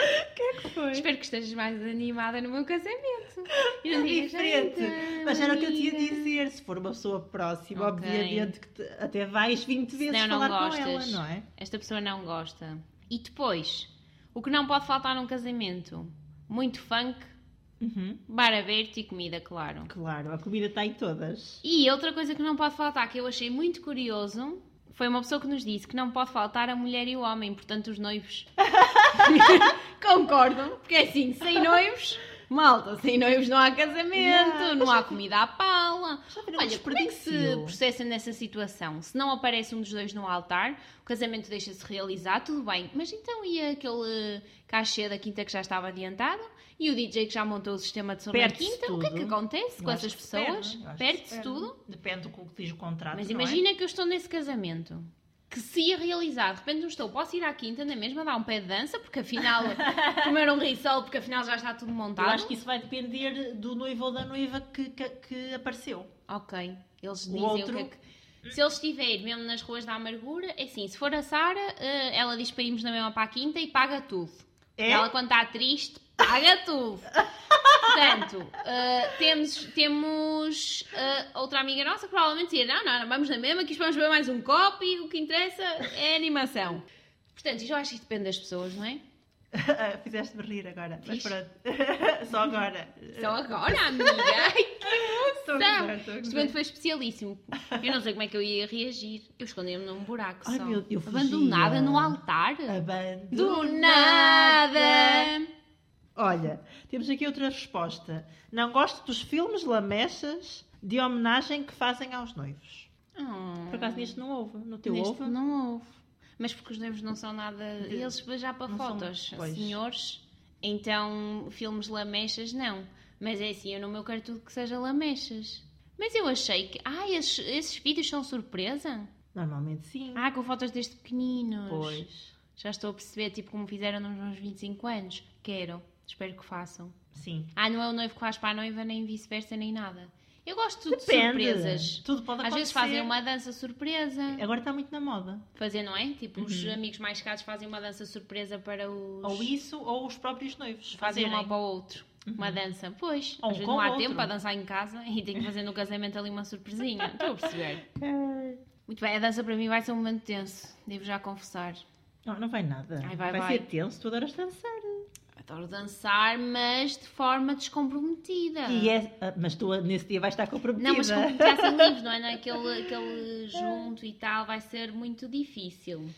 S2: O que é que foi?
S1: Espero que estejas mais animada no meu casamento. E
S2: [laughs] É
S1: não digas,
S2: diferente.
S1: "Ai,
S2: Mas era o que eu tinha
S1: amiga."
S2: a dizer. Se for uma pessoa próxima,
S1: Ok.
S2: obviamente que te- até vais 20 vezes
S1: Senão não
S2: falar com ela,
S1: gostas.
S2: não é?
S1: Esta pessoa não gosta. E depois, o que não pode faltar num casamento? Muito funk, bar aberto e comida, claro.
S2: Uhum. Claro, a comida está em todas.
S1: E outra coisa que não pode faltar, que eu achei muito curioso, foi uma pessoa que nos disse que não pode faltar a mulher e o homem, portanto, os noivos. Concordam? Porque é assim, sem noivos, malta, sem noivos não há casamento,
S2: Yeah.
S1: não há comida à pala.
S2: Já viram o
S1: Olha, como é que se
S2: desperdício?
S1: processa nessa situação? Se não aparece um dos dois no altar, o casamento deixa-se realizar, tudo bem. Mas então e aquele cachê da quinta que já estava adiantado? E o DJ que já montou o sistema de som da
S2: Perde-se
S1: quinta? O que é que
S2: tudo.
S1: acontece
S2: Eu
S1: com
S2: acho
S1: essas
S2: que se perde,
S1: pessoas?
S2: eu acho que
S1: Perde-se
S2: perde.
S1: tudo?
S2: Depende do que diz o contrato.
S1: Mas
S2: não é?
S1: imagina que eu estou nesse casamento. Que se ia realizar, de repente não estou, posso ir à quinta na mesma, dar um pé de dança, porque
S2: [laughs]
S1: afinal, comer um risol, porque afinal já está tudo montado.
S2: Eu acho que isso vai depender do noivo ou da noiva que, que, que apareceu.
S1: Ok, eles
S2: O
S1: dizem
S2: outro-
S1: o que é que... Se eles estiverem mesmo nas ruas da amargura, é assim, se for a Sara, eh, ela diz para irmos na mesma para a quinta e paga tudo.
S2: É?
S1: Ela quando está triste, paga tudo. Portanto, eh, temos, temos eh, outra amiga nossa que provavelmente dizia, não, não, não, vamos na mesma, que isto vamos beber mais um copo e o que interessa é a animação. Portanto, isto eu acho que depende das pessoas, não é?
S2: [laughs] Fizeste-me rir agora. Mas
S1: Fiz.
S2: pronto. [laughs] Só agora.
S1: Só agora, amiga.
S2: [laughs]
S1: Ai,
S2: Estou a
S1: Não, Então,
S2: gozar, estou a
S1: Este
S2: gozar.
S1: momento foi especialíssimo. Eu não sei como é que eu ia reagir. Eu escondi-me num buraco
S2: Ai,
S1: só.
S2: meu- eu Ah, fugia.
S1: Abandonada no altar.
S2: Abandonada.
S1: Do nada!
S2: Olha, temos aqui outra resposta. Não gosto dos filmes lamechas de homenagem que fazem aos noivos.
S1: Oh,
S2: Por acaso neste não houve. No teu
S1: neste
S2: houve?
S1: não houve. Mas porque os noivos não são nada. Eles já para
S2: não são-
S1: fotos,
S2: pois.
S1: senhores. Então, filmes lamechas, não. Mas é assim, eu no meu quero tudo que seja lamechas. Mas eu achei que. Ah, esses, esses vídeos são surpresa?
S2: Normalmente sim.
S1: Ah, com fotos desde pequeninos.
S2: pois.
S1: Já estou a perceber, tipo, como fizeram nos meus 25 anos. Quero. Espero que façam.
S2: Sim.
S1: Ah, não é o noivo que faz para a noiva, nem vice-versa, nem nada. Eu gosto de
S2: Depende.
S1: surpresas.
S2: Tudo pode
S1: Às
S2: acontecer.
S1: vezes fazem uma dança surpresa.
S2: Agora está muito na moda.
S1: Fazer, não é? Tipo, os
S2: Uhum.
S1: amigos mais caros fazem uma dança surpresa para os...
S2: Ou isso, ou os próprios noivos
S1: Fazem
S2: fazerem. Uhum.
S1: uma para o outro. Uma dança. Pois,
S2: Ou
S1: às
S2: um
S1: vezes
S2: com
S1: não
S2: o
S1: há
S2: outro.
S1: tempo para dançar em casa [laughs] e tem que fazer no casamento ali uma surpresinha. Estou a
S2: [laughs]
S1: perceber. Muito bem, a dança para mim vai ser um momento tenso. Devo já confessar.
S2: Não, não vai nada.
S1: Ai, vai, vai.
S2: ser tenso, tu adoras dançar.
S1: Adoro dançar, mas de forma descomprometida.
S2: E é, ah, mas tu nesse dia vais estar comprometida.
S1: Não, mas competir
S2: [laughs]
S1: sem livros, não é? Não é aquele, aquele junto e tal, vai ser muito difícil.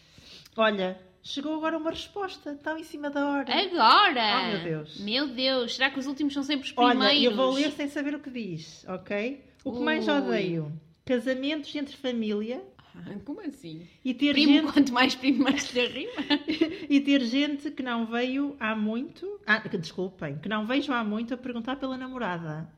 S2: Olha, chegou agora uma resposta, tão em cima da hora.
S1: Agora!
S2: Oh, meu Deus.
S1: Meu Deus, será que os últimos são sempre os primeiros?
S2: Olha, eu vou ler sem saber o que diz, ok? O que mais
S1: Ui.
S2: odeio? Casamentos entre família
S1: Ah, Como assim?
S2: e ter,
S1: Primo,
S2: gente,
S1: quanto mais primo, mais lhe rima.
S2: e ter gente que não veio há muito. Ah, que desculpem, que não vejo há muito a perguntar pela namorada.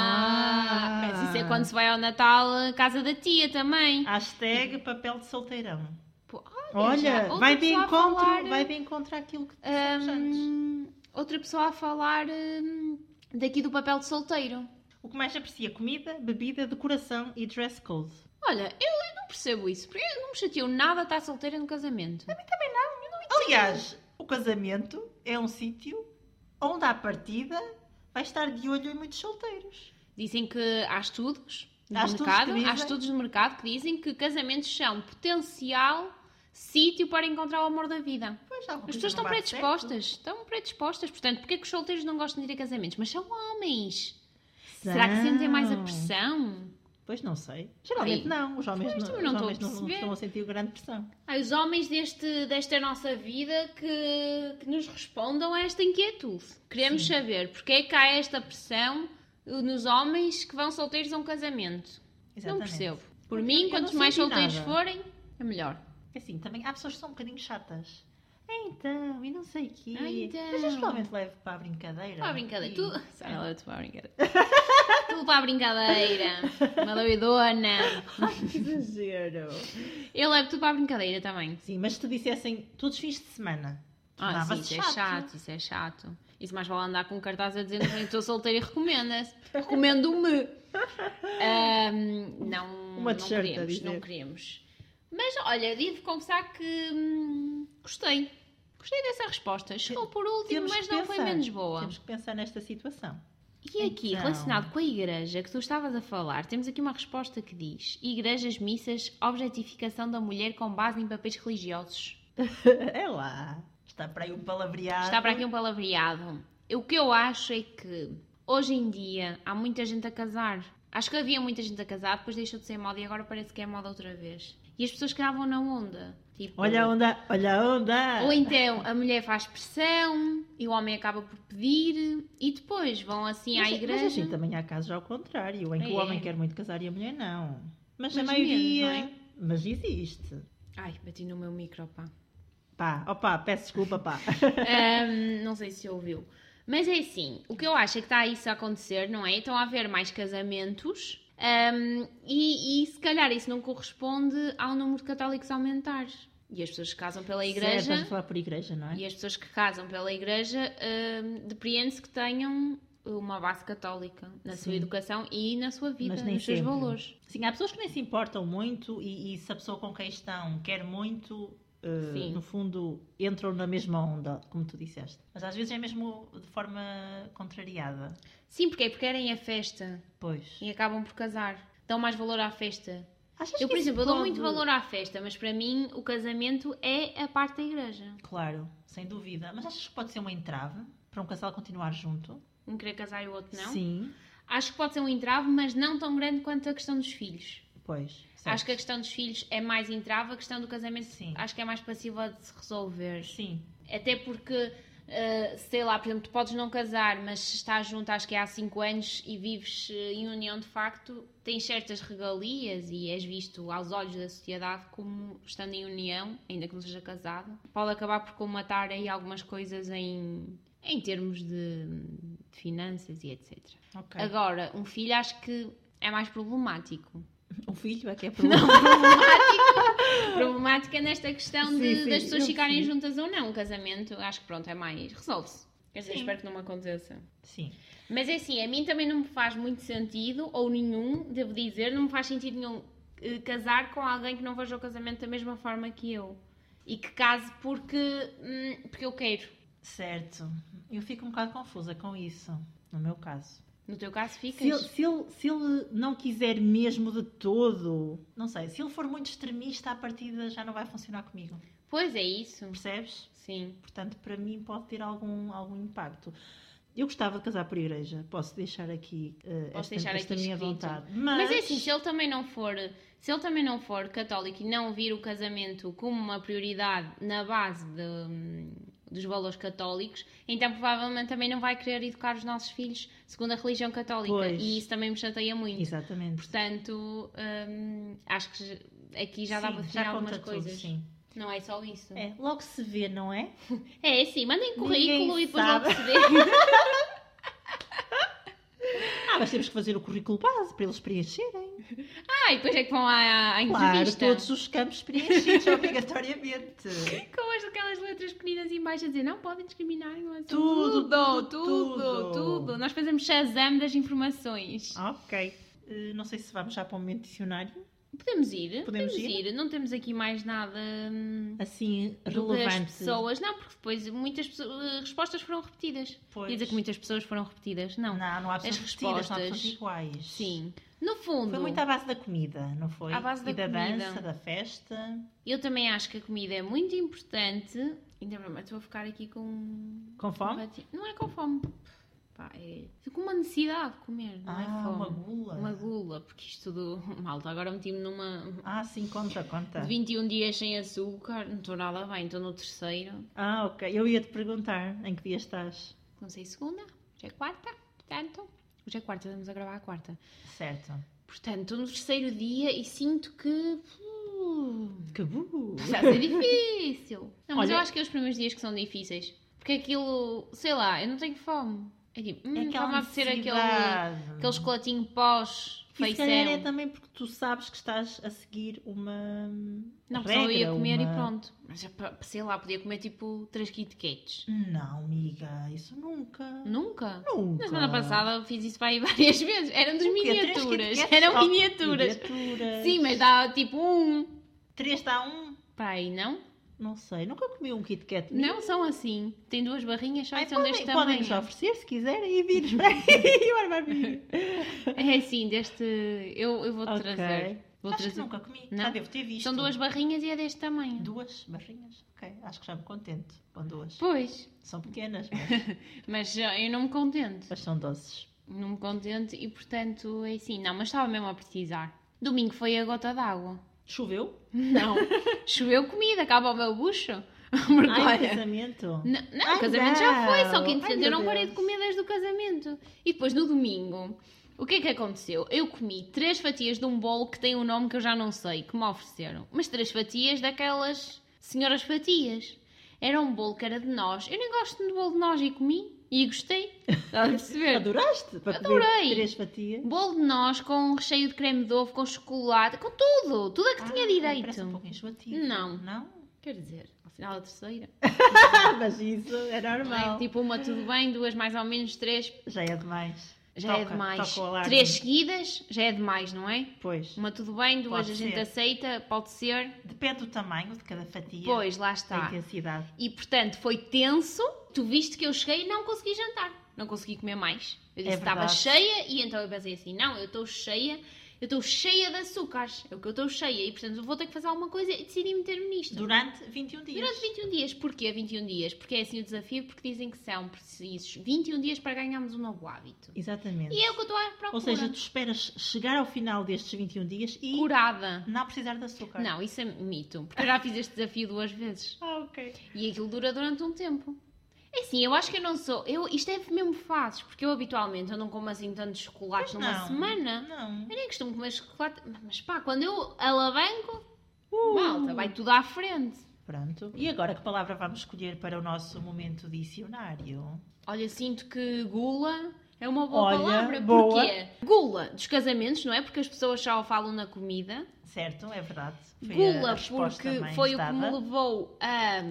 S1: Ah, mas isso é quando se vai ao Natal, à casa da tia também.
S2: Ah, Hashtag papel de solteirão.
S1: Pô,
S2: Olha,
S1: já, outra
S2: vai de
S1: pessoa a
S2: encontro,
S1: falar-
S2: vai de encontro àquilo que dissemos antes.
S1: Hum, outra pessoa a falar hum, daqui do papel de solteiro.
S2: O que mais aprecia? Comida, bebida, decoração e dress code.
S1: Olha, eu, eu não percebo isso, porque eu não me chateo nada a estar solteira no casamento.
S2: Aliás, o casamento é um sítio onde, à partida, vai estar de olho em muitos solteiros.
S1: Dizem que há estudos no
S2: Há estudos que
S1: mercado, há
S2: dizem.
S1: estudos no mercado que dizem que casamentos são potencial sítio para encontrar o amor da vida.
S2: Pois, alguma
S1: As
S2: coisa
S1: pessoas
S2: não
S1: estão
S2: bate
S1: predispostas, estão predispostas, portanto, porque é que os solteiros não gostam de ir a casamentos? Mas são homens.
S2: São.
S1: Será que sentem mais a pressão?
S2: certo. Pois não sei. Geralmente
S1: Aí.
S2: não. Os homens,
S1: Pois,
S2: não,
S1: também não
S2: os
S1: estou a
S2: homens não
S1: perceber.
S2: estão a sentir grande pressão.
S1: Ai, os homens deste, desta nossa vida que, que nos respondam a esta inquietude. Queremos
S2: Sim.
S1: saber porque é que há esta pressão eh, nos homens que vão solteiros a um casamento. Não
S2: Exatamente.
S1: percebo. Por
S2: Eu
S1: mim,
S2: não
S1: quantos
S2: senti
S1: mais solteiros
S2: nada.
S1: forem, é melhor.
S2: Assim, também há pessoas que são um bocadinho chatas. É Então, e não sei o quê.
S1: Ah, então.
S2: Mas eu geralmente levo para a brincadeira.
S1: Para a brincadeira.
S2: É. E-
S1: Tu. Sai lá, tu para a brincadeira. [laughs] tu para a brincadeira. Uma doidona.
S2: [laughs] [laughs] Ai, que exagero.
S1: Eu levo tu para a brincadeira também.
S2: Sim, mas se te dissessem todos os fins de semana,
S1: Ah, sim,
S2: tornava-se
S1: isso é chato, isso é chato. Isso mais vale andar com um cartaz a dizer que estou solteira e
S2: [laughs]
S1: recomenda-se. Recomendo-me. Ahm, não,
S2: Uma
S1: não
S2: t-shirt a
S1: queremos,
S2: dizer.
S1: não queremos. Mas olha, devo confessar que hum, gostei. Gostei dessa resposta. Chegou por último,
S2: Temos
S1: mas
S2: que
S1: não foi
S2: pensar.
S1: menos boa.
S2: Temos que pensar nesta situação.
S1: E aqui,
S2: Então.
S1: relacionado com a igreja que tu estavas a falar, temos aqui uma resposta que diz: Igrejas, missas, objetificação da mulher com base em papéis religiosos.
S2: É lá. Está para aí um palavreado.
S1: Está para aqui um palavreado. O que eu acho é que hoje em dia há muita gente a casar. Acho que havia muita gente a casar, depois deixou de ser moda e agora parece que é moda outra vez. E as pessoas casavam na onda. Tipo,
S2: Olha a onda, olha a onda.
S1: Ou então a mulher faz pressão e o homem acaba por pedir e depois vão assim
S2: mas,
S1: à igreja.
S2: Mas assim, também há casos ao contrário, em que o
S1: É.
S2: homem quer muito casar e a mulher não. Mas, a
S1: Mas é?
S2: maioria.
S1: menos,
S2: Mas existe.
S1: Ai, bati no meu micro, pá.
S2: Pá, opá, peço desculpa, pá. [laughs]
S1: Ahm, não sei se ouviu. Mas é assim, o que eu acho é que está isso a acontecer, não é? Estão a haver mais casamentos ahm, e, e se calhar isso não corresponde ao número de católicos aumentar. E as pessoas que casam pela
S2: Certo,
S1: igreja
S2: Estás é, a falar por igreja, não é?
S1: e as pessoas que casam pela igreja ahm, depreende-se que tenham uma base católica na sua
S2: Sim.
S1: educação e na sua vida,
S2: Mas nem
S1: nos seus
S2: sempre.
S1: valores.
S2: Sim, há pessoas que nem se importam muito e, e se a pessoa com quem estão quer muito, eh,
S1: Sim.
S2: no fundo, entram na mesma onda, como tu disseste. Mas às vezes é mesmo de forma contrariada.
S1: Sim, porque é porque querem a festa
S2: Pois.
S1: e acabam por casar. Dão mais valor à festa
S2: Achas
S1: Eu,
S2: que
S1: por
S2: isso
S1: exemplo, eu dou
S2: pode-
S1: muito valor à festa, mas para mim o casamento é a parte da igreja.
S2: Claro, sem dúvida. Mas achas que pode ser uma entrave para um casal continuar junto?
S1: Um querer casar e o outro não.
S2: Sim.
S1: Acho que pode ser um entrave, mas não tão grande quanto a questão dos filhos.
S2: Pois.
S1: Acho que a questão dos filhos é mais entrave, a questão do casamento
S2: Sim.
S1: acho que é mais passiva de se resolver.
S2: Sim.
S1: Até porque, eh, sei lá, por exemplo, tu podes não casar, mas se estás junto acho que é há 5 anos e vives eh, em união de facto, tens certas regalias e és visto aos olhos da sociedade como estando em união, ainda que não seja casado. Pode acabar por comatar aí algumas coisas em, em termos de, de finanças e etc.
S2: Ok.
S1: Agora, um filho acho que é mais problemático.
S2: [laughs] O filho é que [laughs] é
S1: Não,
S2: problema.
S1: problemática, problemática nesta questão de,
S2: Sim, sim,
S1: das
S2: eu
S1: pessoas ficarem
S2: percebi.
S1: juntas ou não. O casamento, acho que pronto, é mais. Resolve-se. Quer dizer,
S2: Sim.
S1: espero que não me aconteça.
S2: Sim.
S1: Mas é assim, a mim também não me faz muito sentido, ou nenhum, devo dizer, não me faz sentido nenhum eh, casar com alguém que não veja o casamento da mesma forma que eu. E que case porque, hum, porque eu quero.
S2: Certo. Eu fico um bocado confusa com isso, no meu caso.
S1: No teu caso, ficas.
S2: Se ele, se, ele, se ele não quiser mesmo de todo, não sei, se ele for muito extremista, à partida já não vai funcionar comigo.
S1: Pois é isso.
S2: Percebes?
S1: Sim.
S2: Portanto, para mim pode ter algum, algum impacto. Eu gostava de casar por igreja, posso deixar aqui eh,
S1: Posso
S2: esta,
S1: deixar
S2: esta
S1: aqui
S2: minha
S1: escrito.
S2: vontade.
S1: Mas é assim, se ele também não for, se ele também não for católico e não vir o casamento como uma prioridade na base de- hum, dos valores católicos, então provavelmente também não vai querer educar os nossos filhos segundo a religião católica.
S2: Pois.
S1: E isso também me chateia muito.
S2: Exatamente.
S1: Portanto, hum, acho que já- aqui já dá
S2: Sim,
S1: para definir
S2: já
S1: algumas
S2: conta tudo,
S1: coisas.
S2: sim.
S1: Não é só isso.
S2: É, logo se vê, não é?
S1: É, sim, mandem currículo
S2: Ninguém
S1: e depois
S2: sabe.
S1: logo se
S2: [laughs]
S1: vê.
S2: Ah, mas temos que fazer o currículo base para eles preencherem.
S1: Ah, e depois é que vão à, à
S2: Claro,
S1: entrevista.
S2: todos os campos preenchidos [laughs] obrigatoriamente.
S1: Com as, aquelas letras pequeninas em baixo a dizer não podem discriminar em relação a
S2: Tudo,
S1: tudo,
S2: tudo,
S1: tudo,
S2: tudo. Ah.
S1: tudo. Nós fazemos shazam das informações.
S2: ok. Eh, não sei se vamos já para o momento dicionário.
S1: Podemos ir?
S2: Podemos ir?
S1: Não temos aqui mais nada hum,
S2: Assim,
S1: do que as
S2: relevante.
S1: pessoas. Não, porque depois muitas pessoas- eh, respostas foram repetidas.
S2: Pois.
S1: Quer dizer que muitas pessoas foram repetidas. Não.
S2: Não, não há pessoas
S1: As
S2: vestidas, não há pessoas
S1: respostas.
S2: iguais.
S1: Sim. No fundo,
S2: Foi muito à base da comida, não foi?
S1: À base da
S2: e da
S1: comida.
S2: dança, da festa.
S1: eu também acho que a comida é muito importante. Ainda bem, mas estou a ficar aqui com.
S2: Com fome?
S1: Não é com fome. Pá, é com uma necessidade de comer, não é
S2: Ah,
S1: fome.
S2: uma gula.
S1: Uma gula, porque isto tudo. Malta, agora meti-me numa.
S2: Ah, sim, conta, conta.
S1: De 21 dias sem açúcar, não estou nada bem, estou no terceiro,
S2: Ah, ok. Eu ia te perguntar em que dia estás.
S1: não sei, segunda, hoje é quarta, portanto. Hoje é quarta, estamos a gravar a quarta.
S2: Certo.
S1: Portanto, estou no terceiro dia e sinto que. hum,
S2: Que burro.
S1: Está a
S2: [laughs]
S1: ser difícil. Não, mas
S2: Olha-
S1: eu acho que é os primeiros dias que são difíceis. Porque aquilo, sei lá, eu não tenho fome. É tipo, hum,
S2: Então
S1: está-me a apetecer aquele,
S2: necessidade.
S1: aquele chocolatinho pós
S2: E se calhar é
S1: feição.
S2: também porque tu sabes que estás a seguir uma
S1: Não,
S2: regra,
S1: só eu ia comer
S2: uma-
S1: e pronto. Mas é pa- sei lá, podia comer tipo 3 Kit Kats.
S2: Não, amiga, isso nunca.
S1: Nunca.
S2: Nunca.
S1: Na semana passada eu fiz isso para aí [laughs] várias vezes. Eram das
S2: O quê? Três
S1: miniaturas.
S2: Kit Kats?
S1: Eram
S2: Oh,
S1: miniaturas.
S2: miniaturas.
S1: Sim, mas dá tipo um.
S2: Três dá um?
S1: Para aí, não?
S2: Não sei, nunca comi um Kit Kat.
S1: Não são assim. Tem duas barrinhas só
S2: Ai,
S1: e são deste
S2: podem, podem
S1: tamanho.
S2: nos oferecer se quiserem e vir
S1: [laughs]
S2: para aí. Ora, vai vir.
S1: É assim, deste. Eu, eu vou
S2: Ok.
S1: trazer. Vou
S2: Acho que
S1: trazer.
S2: nunca comi.
S1: Não?
S2: Já devo ter visto.
S1: São duas barrinhas e é deste tamanho.
S2: Duas barrinhas? Ok, acho que já me contento com duas.
S1: Pois.
S2: São pequenas,
S1: [laughs]
S2: mas,
S1: Mas ah, eu não me contento.
S2: mas são doces.
S1: Não me contento e portanto é assim. Não, mas estava mesmo a precisar. Domingo foi a gota d'água.
S2: Choveu?
S1: Não. Choveu comida, acaba o meu bucho. [laughs] Porque
S2: Ai,
S1: olha-
S2: casamento.
S1: Não, não,
S2: Ai,
S1: o casamento já foi, só que
S2: não.
S1: entretanto
S2: Ai,
S1: eu não
S2: meu
S1: parei de
S2: Deus.
S1: comer desde o casamento. E depois no domingo, o que é que aconteceu? Eu comi três fatias de um bolo que tem um nome que eu já não sei, que me ofereceram. Mas três fatias daquelas senhoras fatias. Era um bolo que era de nós. Eu nem gosto de bolo de nós e comi. E gostei. Estás a
S2: [laughs]
S1: perceber?
S2: Adoraste? Para comer
S1: Adorei.
S2: Três fatias.
S1: Bolo de nós com recheio de creme de ovo, com chocolate, com tudo. Tudo a que tinha
S2: Ah,
S1: direito.
S2: Parece um pouco enjoativo.
S1: Não.
S2: Não?
S1: Quer dizer, ao final da terceira.
S2: Ah, mas isso é normal.
S1: Bem, tipo uma tudo bem, duas mais ou menos, três
S2: Já é demais.
S1: Já é
S2: Toca-
S1: demais.
S2: toca o alarme.
S1: Três seguidas já é demais, não é?
S2: Pois.
S1: Uma tudo bem, duas
S2: Pode
S1: a gente
S2: ser.
S1: aceita, pode ser.
S2: Depende do tamanho de cada fatia.
S1: Pois, lá
S2: Da
S1: está.
S2: intensidade.
S1: E portanto foi tenso. Tu viste que eu cheguei e não consegui jantar. Não consegui comer mais. Eu disse
S2: É
S1: que estava
S2: verdade.
S1: cheia e então eu pensei assim: não, eu estou cheia, eu estou cheia de açúcares. É o que eu estou cheia e portanto eu vou ter que fazer alguma coisa e decidi meter-me nisto.
S2: Durante 21 dias.
S1: é um Durante 21 dias. Porquê 21 dias? Porque é assim o desafio, porque dizem que são precisos 21 dias para ganharmos um novo hábito.
S2: Exatamente.
S1: E é o que eu estou à procura.
S2: Ou seja, tu esperas chegar ao final destes 21 dias e
S1: curada.
S2: não precisar de açúcar.
S1: Não, isso é mito, porque eu já fiz este desafio duas vezes
S2: Ah, ok.
S1: e aquilo dura durante um tempo. É assim, eu acho que eu não sou. Eu, isto é mesmo fases, porque eu habitualmente eu não como assim tantos chocolates
S2: Pois
S1: numa
S2: não.
S1: semana.
S2: Não.
S1: Eu nem costumo comer chocolate, mas pá, quando eu alavanco,
S2: Uh!
S1: malta, vai tudo à frente.
S2: Pronto. E agora que palavra vamos escolher para o nosso momento dicionário?
S1: Olha, sinto que gula é uma boa
S2: Olha,
S1: palavra.
S2: boa.
S1: Porquê? Gula dos casamentos, não é? Porque as pessoas só falam na comida.
S2: Certo, é verdade. Foi a
S1: Gula,
S2: resposta
S1: porque
S2: mais
S1: foi o que
S2: dada.
S1: me levou a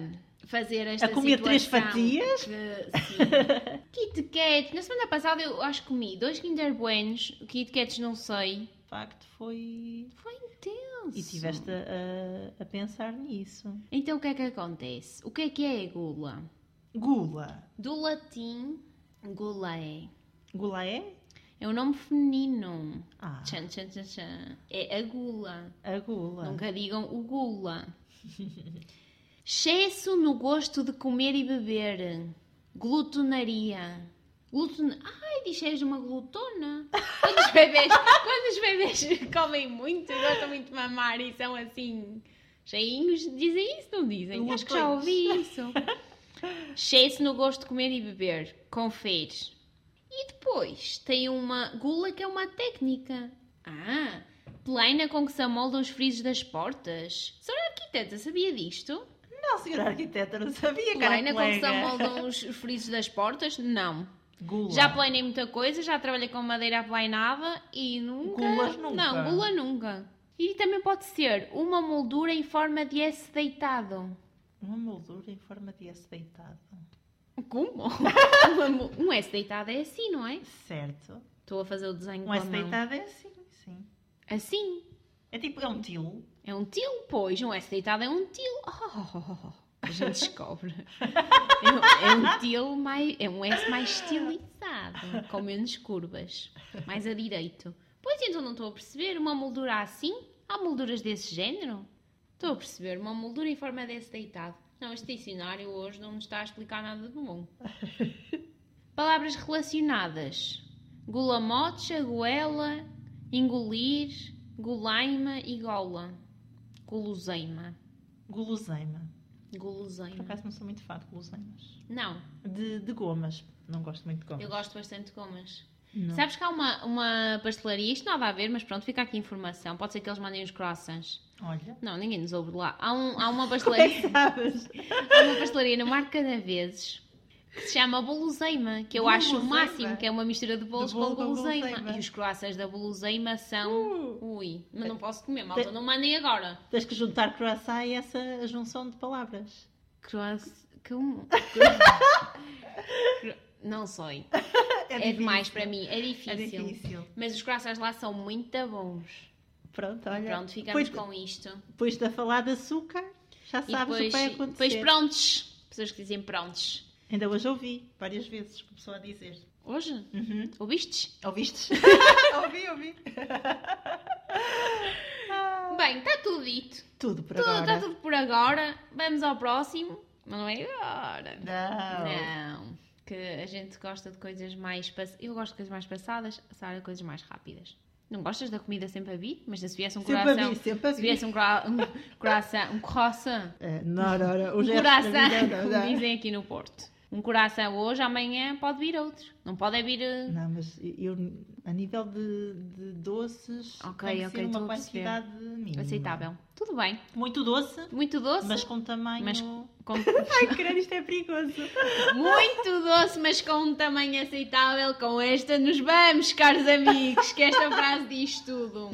S1: fazer esta
S2: A comer três
S1: situação
S2: fatias?
S1: que- [laughs] sim. Kit Kat, na semana passada eu acho que comi dois Kinder Buenos, Kit Kats não sei.
S2: De facto, foi.
S1: Foi intenso.
S2: E estiveste a, a pensar nisso.
S1: Então o que é que acontece? O que é que é a gula?
S2: Gula.
S1: Do latim, gula é
S2: Gula é?
S1: É um nome feminino.
S2: Ah,
S1: Tchan, tchan, tchan, tchan. É a gula.
S2: a gula.
S1: Nunca digam o gula. Excesso no gosto de comer e beber. Glutonaria. Glutona... Ai, diz és uma glutona. [laughs] Quando os, bebês, quando os bebês [laughs] comem muito, e gostam muito de mamar e são assim cheinhos, dizem isso, não dizem? Acho que já
S2: Glutões.
S1: ouvi [laughs] isso. Excesso no gosto de comer e beber. Confere. E depois tem uma gula que é uma técnica. Ah, plena com que se amoldam os frisos das portas. Senhora arquiteta, sabia disto?
S2: Não, senhora arquiteta, não sabia, cara
S1: Plena com que se
S2: colega.
S1: amoldam os frisos das portas? Não.
S2: Gula.
S1: Já planei muita coisa, já trabalhei com madeira aplanada e nunca.
S2: Gulas nunca.
S1: Não, gula nunca. E também pode ser uma moldura em forma de S deitado.
S2: Uma moldura em forma de S deitado.
S1: Como? [laughs] Uma mo- um S deitado é assim, não é?
S2: Certo.
S1: Estou a fazer o desenho
S2: Um
S1: com a
S2: S
S1: mão.
S2: deitado é assim, sim.
S1: Assim.
S2: É tipo, é um tilo.
S1: É um til, pois. Um S deitado é um til. Oh, a gente descobre. É, é um til mais... É um S mais estilizado. Com menos curvas. Mais a direito. Pois, então não estou a perceber. Uma moldura assim? Há molduras desse género? Estou a perceber. Uma moldura em forma de S deitado. Não, este dicionário hoje não nos está a explicar nada de bom. Palavras relacionadas. Gulamocha, goela, engolir, gulaima e gola. Guloseima.
S2: Guloseima. Por
S1: Guloseima.
S2: acaso não sou muito fã de guloseimas.
S1: Não,
S2: De, de gomas. Não gosto muito de gomas.
S1: eu gosto bastante de gomas.
S2: Não.
S1: Sabes que há uma, uma pastelaria, isto nada a ver, mas pronto, fica aqui a informação. Pode ser que eles mandem os croissants.
S2: Olha.
S1: Não, ninguém nos ouve de lá. Há, um, há uma
S2: Como é [laughs]
S1: pastelaria.
S2: que sabes?
S1: Há uma pastelaria no Mar de Canaveses que se chama Boloseima, que eu acho o
S2: Guloseima?
S1: máximo, que é uma mistura de bolos com
S2: bolo com
S1: Boloseima.
S2: guloseima.
S1: E os croissants da Boloseima são.
S2: Uh.
S1: Ui, mas não posso comer, malta,
S2: Tem-
S1: não mandem agora.
S2: Tens que juntar croissant e essa junção de palavras.
S1: Croissant. [laughs] Como? um- não sei. É,
S2: difícil.
S1: demais para mim, é
S2: É
S1: difícil.
S2: difícil.
S1: Mas os croissants lá são muito bons.
S2: Pronto, olha.
S1: Pronto, ficamos
S2: depois,
S1: com isto.
S2: Depois de falar de açúcar, já
S1: E
S2: sabes o que vai
S1: depois,
S2: acontecer.
S1: depois prontos. Pessoas que dizem prontos.
S2: Ainda hoje ouvi várias vezes, começou a dizer.
S1: Hoje?
S2: Uhum.
S1: Ouvistes?
S2: Ouviste? [laughs] ouvi, ouvi.
S1: Bem, está tudo dito.
S2: Tudo
S1: [laughs]
S2: por
S1: Tudo,
S2: agora.
S1: está tudo por agora. Vamos ao próximo. Mas não é agora.
S2: Não.
S1: Não. Que a gente gosta de coisas mais passadas. Eu gosto de coisas mais passadas, a Sara, coisas mais rápidas. Não gostas da comida sempre a vir? Mas se viesse um
S2: Sempre a
S1: coração.
S2: vi, sempre a
S1: Se
S2: vi.
S1: viesse um, cora- um coração. Um coração.
S2: É, não, não, não. O
S1: Um
S2: gesto
S1: coração,
S2: da vida,
S1: [laughs]
S2: não,
S1: como
S2: não.
S1: dizem aqui no Porto. Um coração hoje, amanhã pode vir outro. Não pode é vir. eh,
S2: Não, mas eu, a nível de, de doces,
S1: Ok,
S2: tem que
S1: ok,
S2: ser
S1: estou
S2: uma
S1: a perceber.
S2: quantidade mínima.
S1: Aceitável. Tudo bem.
S2: Muito doce,
S1: Muito doce.
S2: mas com tamanho...
S1: Mas- com-
S2: [laughs]
S1: [laughs]
S2: Ai, querendo, isto é perigoso.
S1: Muito doce, mas com um tamanho aceitável. Com esta nos vamos, caros amigos, que esta frase diz tudo.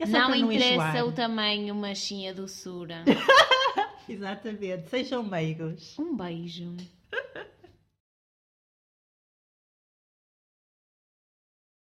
S2: É só
S1: não
S2: para não
S1: interessa
S2: enjoar.
S1: o tamanho, mas sim a doçura.
S2: Exatamente, sejam meigos.
S1: Um beijo.